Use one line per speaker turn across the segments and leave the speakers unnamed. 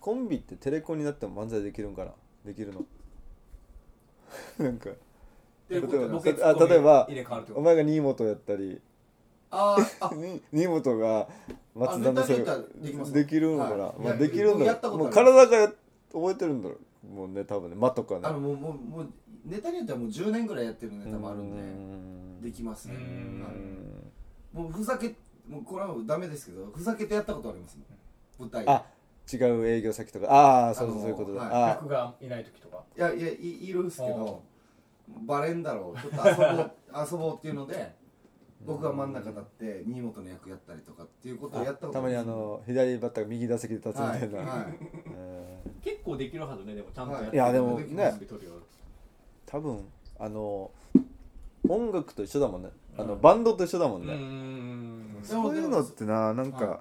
コンビってテレコンになっても漫才できるんかなできるの なんか
ということで
例えば
僕がツ
あ
ッコミ
例えば
入れ替わるってこ
お
と
前が新本やったり
あーあ
に新本が松田の
あネタで言ったらできますよ
できるのかな、
はい
まあ、
いや
できるんだ
僕や
ろ
った
う
こ
も
と
う
ある
体が覚えてるんだろうもうね多分ね間とかね
あのもうもうもうネタによってはもう10年ぐらいやってるネタもあるん
う
で
ん
できますね
うーん
は
う
い
ん
もうふざけもうこれはもうダメですけどふざけてやったことありますもん舞台
あ違う営業先とかああそうそ
あ
う
の
そういうことだ、
はい
あ
客がいない時とか
いやいやいいるんですけどバレんだろうちょっと遊ぼ う遊ぼうっていうので僕が真ん中立って新本の役やったりとかっていうことをやっ
あ
たこと
たまにあの左バッターが右打席で立つみ
は
た
い
いな、
はい
うん
結構できるはずねでもちゃんと
はい
やって
いやでも
る
ね
取るよ
多分あの音楽と一緒だもんねあの、
うん
バンドと一緒だも
うん
ね、
ん
そういうのってななんか、
はい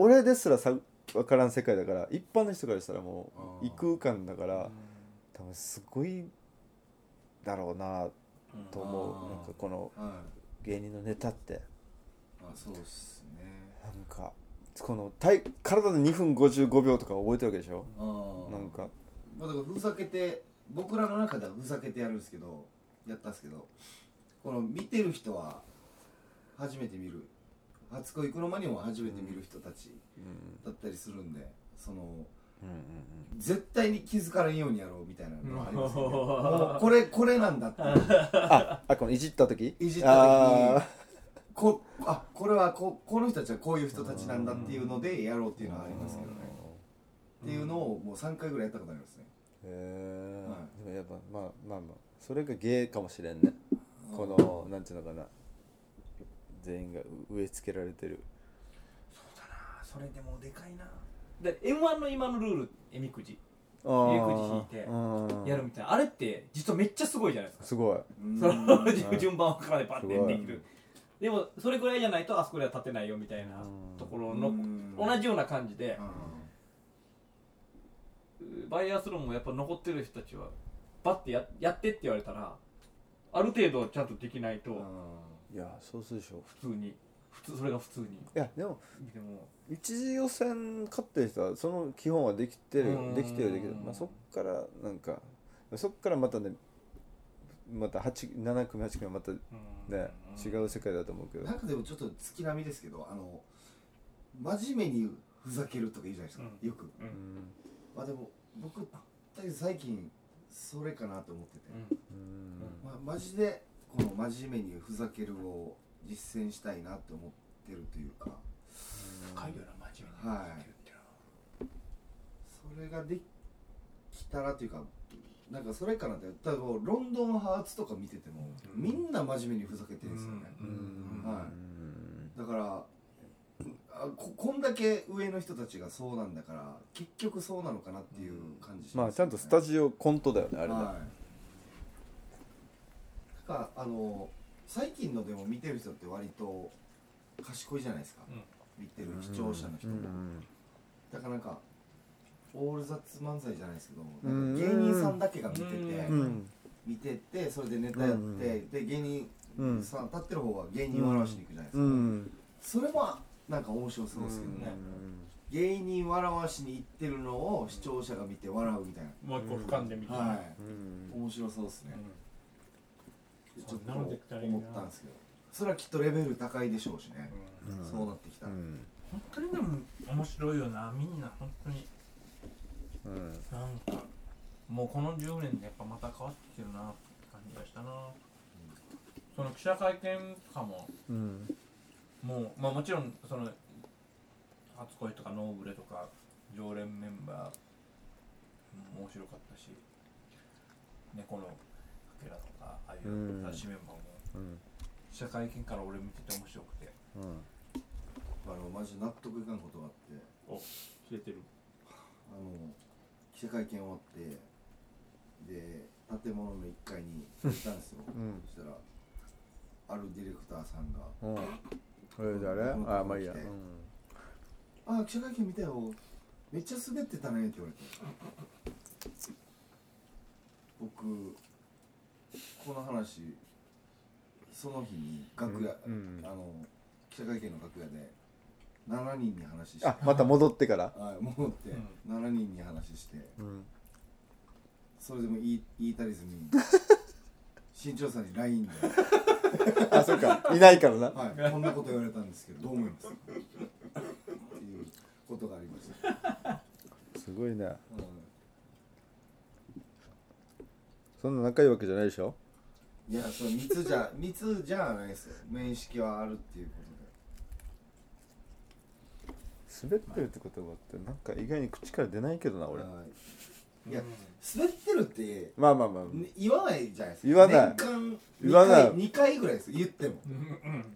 俺ですらさ分からん世界だから一般の人からしたらもう
あー
異空間だから多分すごいだろうなと思
あ
う
ー
なんかこの
はい
芸人のネタって
あそうっすね
なんかこの体体で2分55秒とか覚えてるわけでしょ
あー
なんか
まあだからふざけて僕らの中ではふざけてやるんですけどやったんですけどこの見てる人は初めて見る初恋行くの間にも初めて見る人たち
うん
だったりするんでその
うんうん
絶対に気づかれんようにやろうみたいなのがありますよね
うん
もうこれこれなんだって
うんああこのいじった時
いじった時に
あ
こあこれはここの人たちはこういう人たちなんだっていうのでやろうっていうのはありますけどねっていうのをもう3回ぐらいやったことありますね
ーへえ、
は
でもやっぱまあまあまあそれが芸かもしれんねこのなんていうのかな全員が植え付けられてる
それでもでかいな
で m 1の今のルールえみくじ
あ
くじ引いてやるみたいなあれって実はめっちゃすごいじゃないですか
すごい
うん
その順順番をからでバッ
すご
て
い
できるでもそれぐらいじゃないとあそこでは立てないよみたいなところの
うん
同じような感じで
うん
バイアスロンもやっぱ残ってる人たちはバッてややってって言われたらある程度ちゃんとできないと
いやそうするでしょ
普通に普通それが普通に
いやでも
でも
一次予選勝ってる人はその基本はできてる
うーん
できてるできてる、まあ、そっからなんかそっからまたねまた八7組8組はまたね違う世界だと思うけど
なんかでもちょっと月並みですけどあの真面目にふざけるとか言うじゃないですか、
うん
よく
う
うんん
まあでも僕だけど最近それかなと思ってて、
うん
まマジでこの真面目にふざけるを実践したいなって思ってるというか
深いよな真面目に
はいそれができたらというかなんかそれかなって多分ロンドンハーツとか見てても、
うん
みんな真面目にふざけてるんですよね、
うん
は
う
い
ん
だからあここんだけ上の人たちがそうなんだから結局そうなのかなっていう感じし
まあ
す
ちゃんとスタ
ジ
ジオコントだよねあれだ
はい、だからあの最近のでも見てる人って割と賢いじゃないですか、
うん
見てる視聴者の人も、
うん
だからなんかオールザッツ漫才じゃないですけど
う
なん
ん
か芸人さんだけが見てて、
う
うん
見ててそれでネタやっ
う
て、
ん
で芸人
うん
さん立ってる方は芸人を笑わしに行くじゃないです
う
か、
ん
それもなんか面白そうですけどね、芸人笑わしに行ってるのを視聴者が見て笑うみたいな、
もう一個俯瞰で見て
は
う
い
ん
面白そうですね、ちょっと
なのできたらいいな
思ったんですけどそれはきっとレベル高いでしょうしね、
うん
そうなってきた
う
ら、
ん
本当にでも面白いよなみんな本当に
うん
なんかもうこの10年でやっぱまた変わってきてるなって感じがしたなその記者会見とかも
うん
もうまあもちろんその初恋とかノーブレとか常連メンバーも面白かったし猫のかけらとかああいう
うん
雑誌メンバーも
うん
記者会見から俺見てて面白くて
うん
あのマジ納得いかんことがあって
切れてる
あの記者会見終わってで建物の1階に 行ったんですよ、
ん
そしたらあるディレクターさんが
うん。これ誰？あ、まあいいや。う
「あ記者会見見たよめっちゃ滑ってたね」って言われて僕この話その日に楽屋、
ん。
あの記者会見の楽屋で7人に話して
あまた戻ってから
はい戻って
う
7人に話して
うん
それでも言い言い足りず に新潮さんに LINE で
あそっかいないからな
はい、こんなこと言われたんですけど、どう思いますか。っていうことがありました。
すごいね
うん
そんな仲いいわけじゃないでしょ
いや、そう、密じゃ、 密じゃないですよ。面識はあるっていうこと
滑ってるって言葉ってなんか意外に口から出ないけどな
で。
俺
はい。いや、滑ってるって、
まあまあまあ
ね言わないじゃないですか。
言わない
年間
言わない
二回二回ぐらいです。言っても、
うん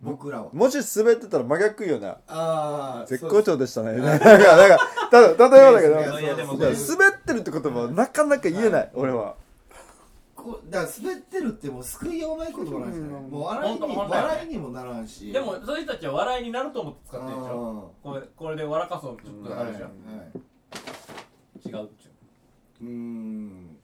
僕らは。
もし滑ってたら真逆よな
ああ。
絶好
そう
調でしたねなんかなんかただ例えばだけど
い
やいやでも
い
これ
や滑ってるって言葉はなかなか言えない俺は
こうだから滑ってるってもう救いようないこともないですからね。もう笑いに
本当本当だよね
笑いにもならんし。
でもそういう人たちは笑いになると思って使ってるでしょ
あ
これこれで笑かそうちょっ
ー
とあるじゃん、
はいはい
違うっちゅ
うーん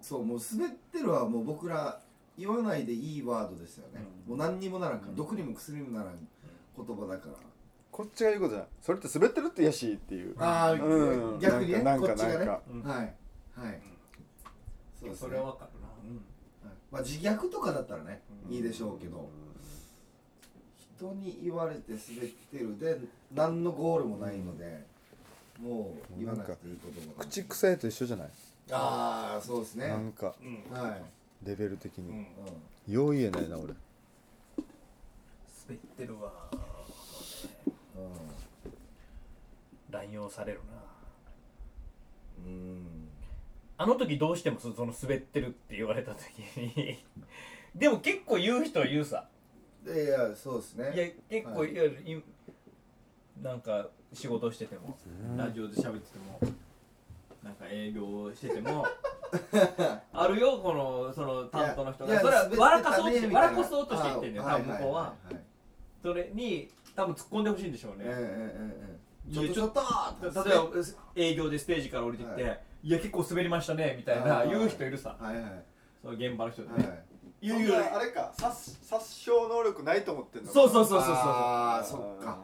そうもう滑ってるはもう僕ら言わないでいいワードですよね、
うん
もう何にもならんから、
うん
毒にも薬にもならん言葉だから、
こっちが言うことじゃないそれって滑ってるってやしっていう
ああ、
うん
逆にね
なん
こ
か
っちが
なん
ね
か
うん
はいはい、
う
そうです
そ
ね
れはわかるな
うん
はいまあ自虐とかだったらね、
うん
いいでしょうけど人に言われて滑ってるで何のゴールもないので、もう言わなくていい言葉が
口臭いと一緒じゃない
ああそうですね
なんか
うん
はい、
レベル的
う
に
ん
うん
よう言えないな俺
滑ってるわ
うん
乱用されるな
うん
あの時どうしてもそその滑ってるって言われた時に でも結構言う人は言うさ
でいやそうですね
いや結構、、
はい
わゆるいなんか仕事してても、ラジオで喋っててもなんか営業してても あるよこのその担当の人
い
が
や
それは笑かそうとし
滑ってたね
笑かそうとして言ってんだよ
あ
多分向こうは
はいはいはい
それに多分突っ込んでほしいんでしょう
え
ね
えええええちょっとちょっと
例えば営業でステージから降りてきて、、
はい
や結構滑りましたねみたい
は
ない言う人いるさ
はいはいは
その現場の人でね、
いはい
言うより
れか殺殺傷能力ないと思ってん
そうそうそうそうそ
ああそっか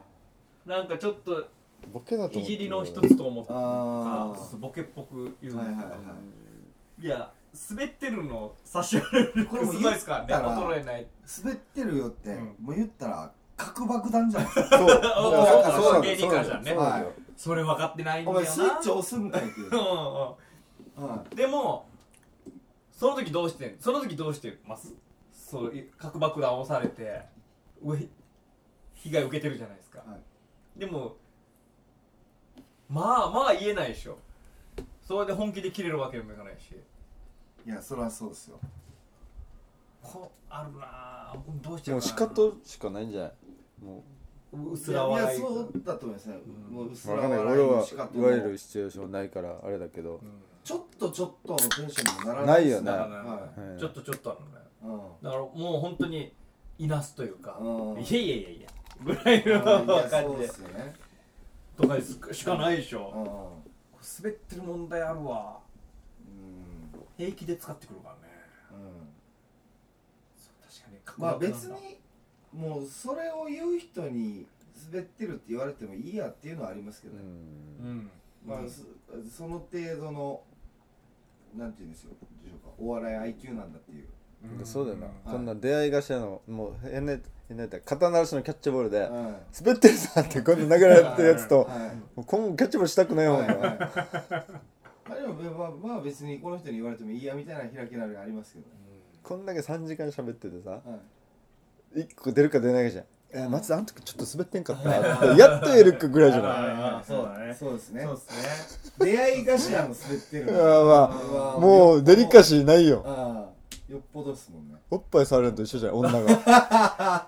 うなんかちょっと
うボケだと思
い
って
じりの一つと思って
あ
あ
あ
ボケっぽく言うの
はい
か、
はいはい
いや滑ってるの差し上げる
これも
すごいですからね
言ったら
衰えない
滑ってるよって
うん
もう言ったら核爆 弾じゃん
そうそう
そう
だ
芸人からじゃんね
そうだよ
それ分かってないんだ
お
よな
前スイッチ押すんかいっていう
うん
は
うんでもその時どうしてんその時どうしてますそうい核爆弾押されてうえ被害受けてるじゃないですか、
は
でもまあまあ言えないでしょそれで本気で切れるわけにもいかないし
いいやそりゃそうですよ
こあるなあどうしちゃ
もう
うかな
仕方しかないんじゃないも
ううす
い
ら
やいや
笑い
そうだと思いますねもう
う
薄ら
わかんない
笑
俺
いの
は
仕方
い
も
わゆるシチュエーションないからあれだけど
うん
ちょっとちょっとのテンションもなら
ない
で
よ
す
ね
だから
は
はい
ちょっとちょっとあるのね
う
だ
ん
からもう本当にいなすというか、
うん
いやいやいやいやぐらい
いや
の感
そう
じ
で
です
よね
とかですしかないでし
う
ょ、
ん
滑ってる問題あるわ
うん
平気で使ってくるからね
うん
確かに
まあ別にもうそれを言う人に滑ってるって言われてもいいやっていうのはありますけど
う
ね、
うんん
まあそその程度のなんて言うんですよでしょうかお笑い IQ なんだっていう
うんそうだよな
うん
そんな出会い頭のもう変な変なやつ肩慣らしのキャッチボールで
はい
滑ってるさって今度殴られてるやつと
はい
もう今後キャッチボールしたくないもん
はい
な
はいあでもまあまあ別にこの人に言われてもいいやみたいな開きなりありますけどね、
こんだけ3時間喋っててさ
はい
1個出るか出ないかじゃん「え松田あの時ちょっと滑ってんかった」って やっと得るかぐらいじゃない
あーそうだね
そうですね
そうですね
出会い頭の滑ってる
うわま
うわ
あもうデリカシーないよ
ああよっぽどですもんね
おっぱい触れるのと一緒じゃん女が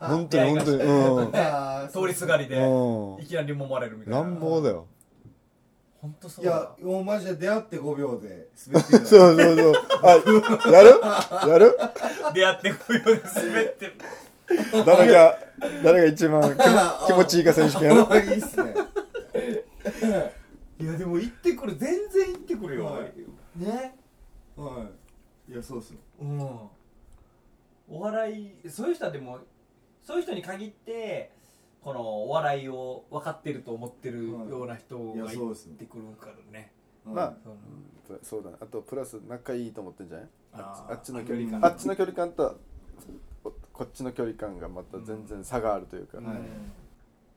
本当に本当にうん
あ
通りすがりで
うん
いきなり揉まれるみたいな
乱暴だよ
本当そ
いう
だ
やもうマジで出会って5秒で滑ってる
そう
から
そうそうあやるやる
出会ってこようで滑ってる
誰が誰が一番 気持気持ちいいか選手権やる
あいいっすね。
いやでも行ってくる全然行ってくるよ、
はい
ね
はい。いや、そうっすよ。
うんお笑いそういう人はでもそういう人に限ってこのお笑いを分かってると思ってる
はい
ような人
いや
がい
そうですね
ってくるからね
まあ
その
うんそうだねあとプラス仲いいと思ってんじゃない
あ
あ
ー
っちの距離
う
感
ん
あっちの距離感とおこっちの距離感がまた全然差があるというか、
うんはい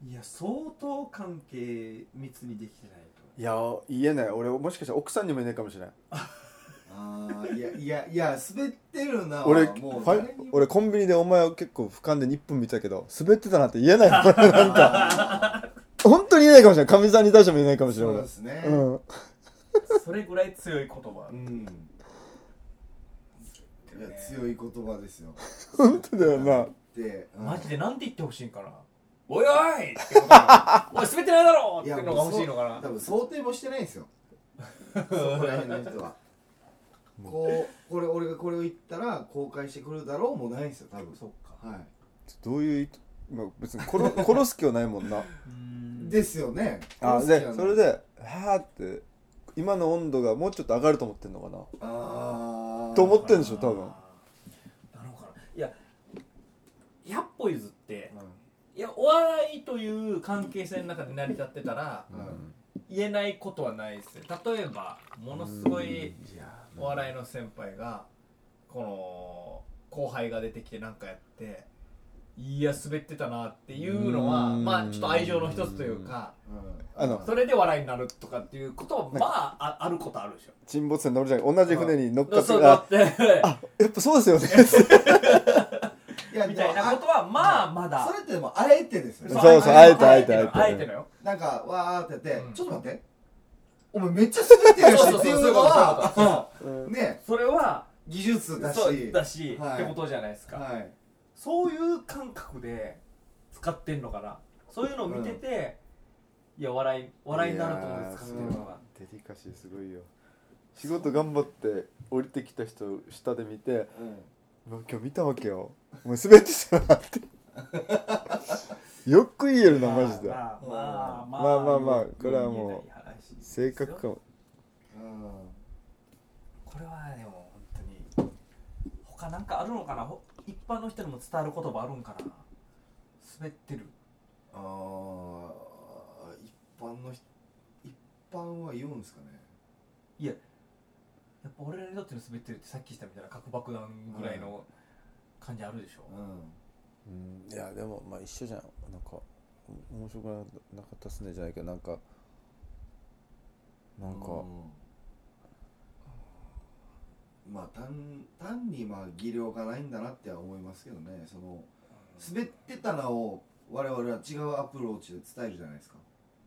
いや相当関係密にできてない
いや言えない俺もしかしたら奥さんにもいないかもしれない
あーいやいやいや滑ってるな
俺
も
フ
う
ァイ
誰にも
俺コンビニでお前を結構俯瞰で1分見たけど滑ってたなって言えない なんか
あ
本当に言えないかもしれないかみさんに対しても言えないかも
ー
しれないう
そ
俺
ですね
うん
とそれぐらい強い言葉
うんいや強い言葉ですよ
本当だよな
でうん
マジでなんて言ってほしいんかなおいおいってことなのおい滑ってないだろっていうのが欲しいのか
やも
な
うそう多分想定もしてないんですよ そこら辺の人はこうこれ俺がこれを言ったら公開してくるだろうもないんですよ多分
そっか
はい
どういう意図まあ別に殺 殺す気はないもんな
うん
ですよね
あ
好き
で
なの
それで「はあ」って今の温度がもうちょっと上がると思ってんのかな
ああ
と思ってんでしょ多分
なのかないや百歩譲っていやお笑いという関係性の中で成り立ってたら
うん
言えないことはないですね例えばものすごい
いや
お笑いの先輩がこの後輩が出てきてなんかやっていや滑ってたなっていうのは
うん
まあちょっと愛情の一つというか
うん
あの
それで笑いになるとかっていうことはまあああることあるでしょ
沈没船乗るじゃん同じ船に乗っかって
そうだ
あ
って
あやっぱそうですよね
いや
みたいなこと
は
はまあまだ
それってでもあえてですよね
そうそうあえてあえて
あえてのよ
なんかわーってやって、
うん
ちょっと待ってお前めっちゃ滑ってるし
そうそうそう
っていうのは
うん
ね
それは
技術だし
そうだし
はい
ってことじゃないですか
はい
そういう感覚で使ってんのかなそういうのを見てて、いや笑い笑いになると思うんです使ってるのが
デリカシーすごいよ仕事頑張って降りてきた人下で見て
うん
うわ今日見たわけよお前滑ってたなって よく言えるなマジで
まあまあまあ
まあまあまあこれはもう
う
性格かも
うん
これはでも本当に他なんかあるのかなほ一般の人にも伝わる言葉あるんかな滑ってる
あー一般の人一般は言うんですかね
やっぱ俺らにとっての滑ってるってさっきしたみたいな核爆弾ぐらいの感じあるでしょ、
う
うんいやでもまあ一緒じゃんなんかお面白くなかったっすねじゃないけどなんかなんか
うんまあ単単にまあ技量がないんだなっては思いますけどねその滑ってたなを我々は違うアプローチで伝えるじゃないですか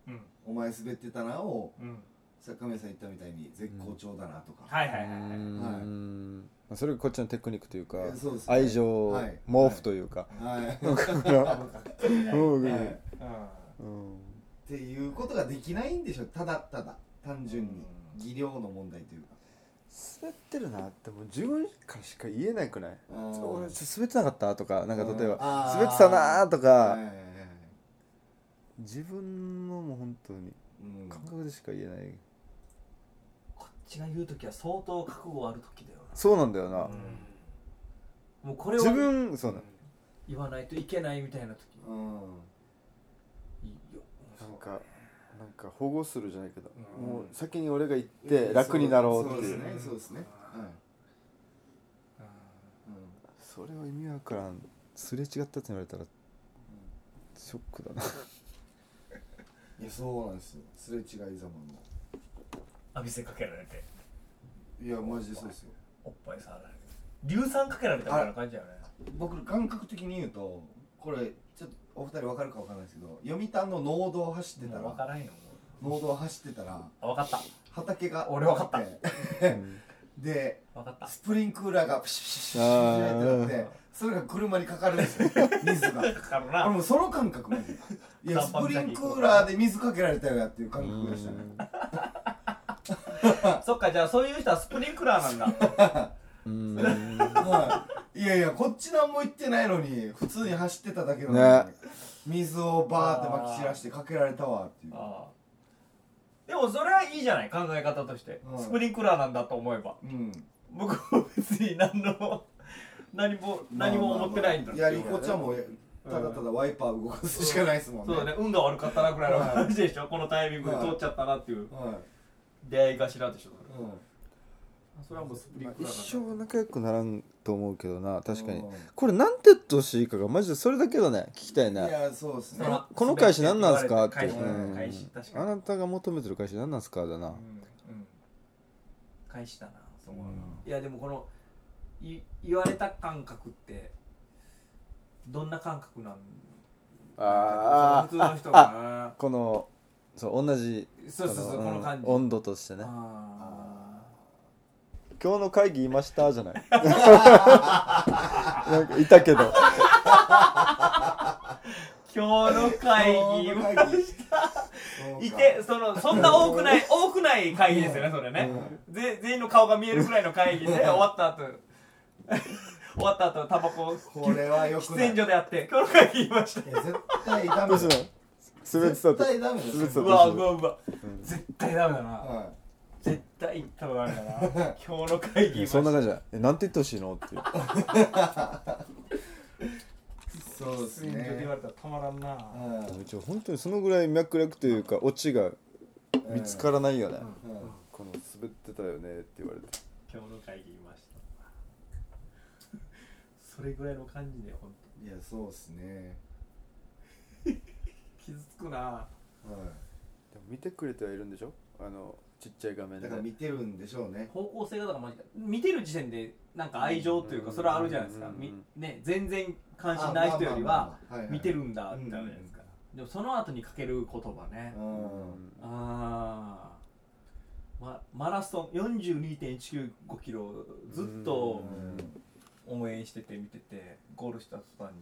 うん
お前滑ってたなを
うん
さっき亀井さん言ったみたいに絶好調だなとか、
はいは
う
いはいはい
んまあそれがこっちのテクニックというか
えそうですね
愛情
はい
毛布というか
はい、っ
毛布
はい
うん
うん
ていうことができないんでしょただただ単純に
うん
技量の問題というか
滑ってるなってもう自分からしか言えなくない
あー
俺ちょっと滑ってなかったとかなんか例えば
うんあー
滑ってたなとか
はいはいはい
自分のもう本当に
うん
感覚でしか言えない
こっちが言う時は相当覚悟ある時だよ
そうなんだよな、
なもうこれ
自
は
分そうね
言わないといけないみたいな時
うん
いいよ
なんかなんか保護するじゃないけど、
うん
もう先に俺が行って楽になろうっていう
そうですねそうですねはい
うん
それは意味わからんすれ違ったって言われたらショックだな
うんいやそうなんですよすれ違いざま
浴びせかけられて
のいやマジでそうですよ
おっぱい触られて硫酸かけられたみたいな感じだよね
僕感覚的に言うとこれちょっとお二人分かるか分かんないですけど読谷の農道を走ってた
もう分
ら
からんよも
農道を走ってたら
うあ分かった
畑が
俺分かった
あて
うん
で
分かった
スプリンクーラーがプシュプシュプシュプシュってなってそれが車にかかるんで すよ水が
かかる
あ
な
もうその感覚マジでいや
ス
ス
タンパ
プ
み
リ
たい
ン
に
クーラーで水かけられたよやっていう感覚でしたね
そっかじゃあそういう人はスプリンクラーなんだ
うん
はいいやいやこっち何も言ってないのに普通に走ってただけなのに、
ね
水をバーってまき散らしてかけられたわっていう
あーでもそれはいいじゃない考え方として、
うん
スプリンクラーなんだと思えば
うん
僕は別に何の何も何も思ってないんだ
いやりこちゃんもただただワイパー動かすしかないですもんね
そうだね運が悪かったなぐらいの感じでしょこのタイミングで
はい
通っちゃったなっていう
は
出会い頭でしょそ
い、うん
れそれはもうスプリ
ま
ッ
あ
クラ
一
ーだ
生仲良くならんと思うけどな確かに
うん
これなんて言ってほしいかがマジでそれだけだね聞きたい
い
ね
やそうですね
このこの会社何なんすかって
会
社
うん
会社確か
あ
に
なたが求めてる会社何なんすかだな
うんうん返したなそう
うん
いやでもこのい言われた感覚ってどんな感覚なん
あ
普
ー
通
あ
の人 かな
このそう同じ
そうそうそう
あ
この感じ
温度としてね
あ
今日の会議いましたじ ゃないなんかいたけど
ー今日の会議
今
も
日の会議そうか
いてそのそんな多くない多くない会議ですよねそれね、ぜ全員の顔が見えるぐらいの会議で終わった後 終わった後タバコを
これはよく
喫
ない
煙所であって今日の会議いました
いや絶対ダ
どう
メ
し
だ
たの滑ってたっ
絶
て
対ダメだ
滑ってた
う
ど
わ
う
う
する
わうわ
うん
絶対ダメだな
は
絶対行ったダメだな今日の会議いました
そんな感じだえなんて言ってほしいのっていう
いそうです
喫煙所で言わ
ね
れたらたまらんな
うち本当にそのぐらい脈絡というかオチが見つからないよね、
うんうん
この滑ってたよねって言われて
今日の会議いましたそれぐらいの感じで本当
いやそうですね
傷つくな
はい
でも見てくれてはいるんでしょあのちっちゃい画面で
だから見てるんでしょうね
方向性がだからマジで見てる時点でなんか愛情というかそれはあるじゃないですか、
うん
みね、全然関心ない人よりは見てるんだってあるじゃないですか、でもその後にかける言葉ね、
う
うん
ん
あーまマラソン42.195キロずっ
う
と
ん
応援してて見ててゴールした途端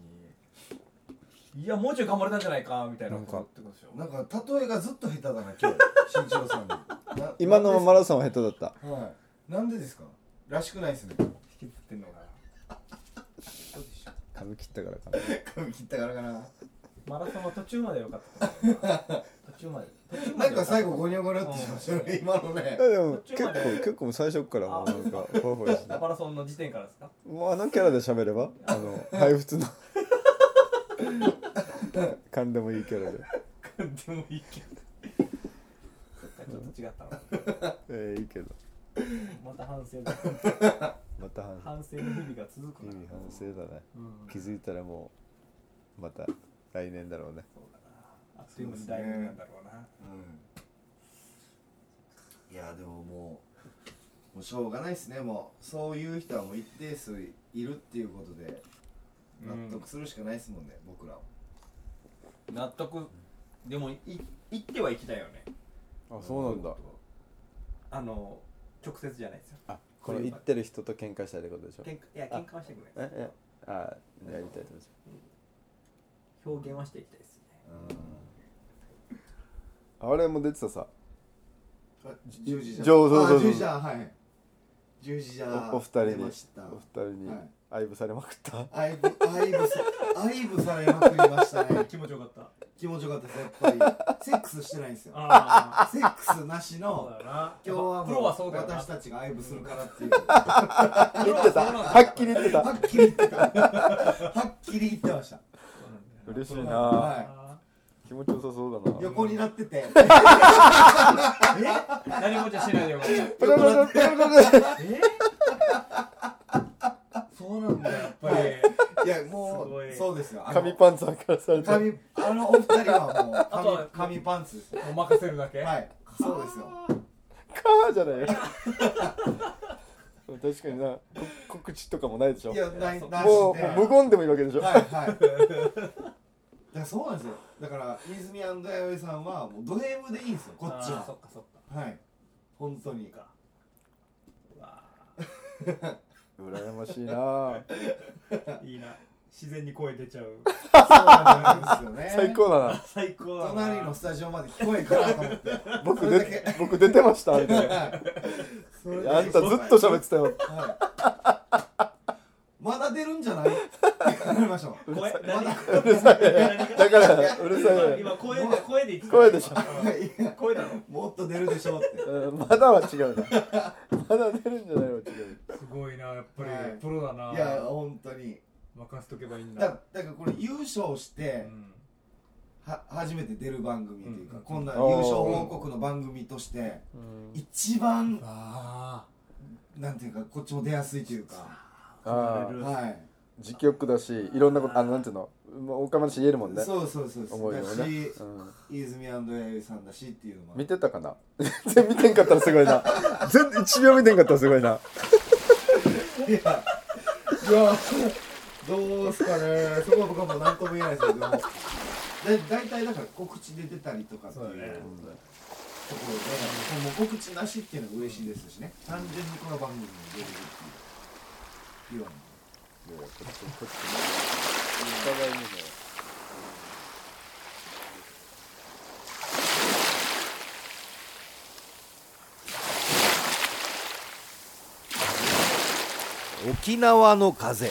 にいやもうちょい頑張れたんじゃないかみたいなことってことでしょ
なんか例えがずっと下手だな今日新 庄さんのな
今のマラ
ソ
ソンは下手だった
ンはいなんでですからしくないですね
引きずってんのかなそうでしょ
髪切ったからかな
髪切ったからかな
マラソンは途中まで良かったと思うな途中まで途中ま
な
で良か
んか
った
最後ゴニョゴニョってしましたよね今のね
いやでも
途
結
中ま
構
で
結構最初からもうなんかふわふわしてた
マラソンの時点からですか
もうあのキャラで喋ればあの配布 の噛んでもいいキャラで、
でもいいけどそっかちょっと違ったわ
えー、いいけど
また反省だ
また反省
反省の日々が続く
意
な
味反省だね
うん
気づいたらもうまた来年だろうね
そうだなあっという間に大変なんだろうな
うんいやでももうもうしょうがないですねもうそういう人はもう一定数いるっていうことで
うん
納得するしかないですもんね、僕らは
納得でもい行っては行きたいよね
あそうなんだ
あの直接じゃないですよ
あこの言ってる人と喧嘩したいってことでしょ
喧嘩いや喧嘩はしてくれない
ええあやりたいってことです
表現はしていきたいですね
う
あれも出てたさ
んあ10時じゃ
じょそうそうそう
あ10時じゃはい10時じゃ
おお二人に
出ました
お二人に
はい
愛撫されまくった、
アイブアイブさアイブされまくりましたね
気持ちよかった
気持ちよかったですやっぱりセックスしてないんですよ
ああ
セックスな し
そう
の
だよな
今日は
プロ
も
はそう
う
だよな
私たちがアイブするからっていう
言ってたはっきり言ってた
はっきり言ってた。はっきり言ってました。
嬉しいな、
は
あ
気持ちよさそうだな
横になって て。
ー何もじゃしないでよかった
プルプルプルプルプル
え そうなんだやっぱり
いや、
す
も
ご
う、
い
そうですよ。あの
紙パンツ履かされた
紙あのお二人はもう
あとは
紙、紙パンツですよ。
お任せるだけ
はい。そうですよ。
カーじゃないよ確かになこ告知とかもないでしょ
いや、ない、なしで。
もうもう無
は
言でもいいわけでし
い、
ょ、
はい。いや、そうなんですよ。だから、泉弥生さんは、もうド M でいいんですよ、こっち
あーそ
は。
っかそっか
はい。本当に。
うわ
羨ましい な
ーいいな自然に声出ちゃう
そうなんですよね
最。高だな
最高だな
隣のスタジオまで聞こえんかなと思って。
僕
それだけ
で僕出てましたみたい な
それ
い
で
やあんたずっと喋ってたよ
はいまだ出るんじゃないって考えましょう。
声
ま
何
だ
うるさいだからうるさい
今声で声で言ってた
声でしょ
いや
声だろ
もっと出るでしょうって。
うんまだは違うなまだ出るんじゃないは違う
すごいなやっぱり
はい
プロだない
や、本当に。
任せとけばいいん
だ
だ
だからこれ優勝し
う
て、
ん
は初めて出る番組というか、
うん
こんな
あ
優
ー
勝報告の番組として
うん
一番
あ
なんていうかこっちも出やすいというか、
あー
はい、
実力だしいろんなことあのなんていうのまあおかまだし言えるもんね
そうそうそうそ
思
う
い
だ
を
し、
ね、うん、
泉アンド弥生さんだしっていうのもある
見てたかな 全然見てんかったらすごいな全然1秒見てんかったらすごいない
やいや どうすかねそこは僕はもう何とも言えないですけどでもだ大体だから告知で出たりとかっていう
そうだね
ところで、もう告知なしっていうのは嬉しいですしね単純にこの番組に出れるっていうよう
いやこっちこっちお互いにね
沖縄の風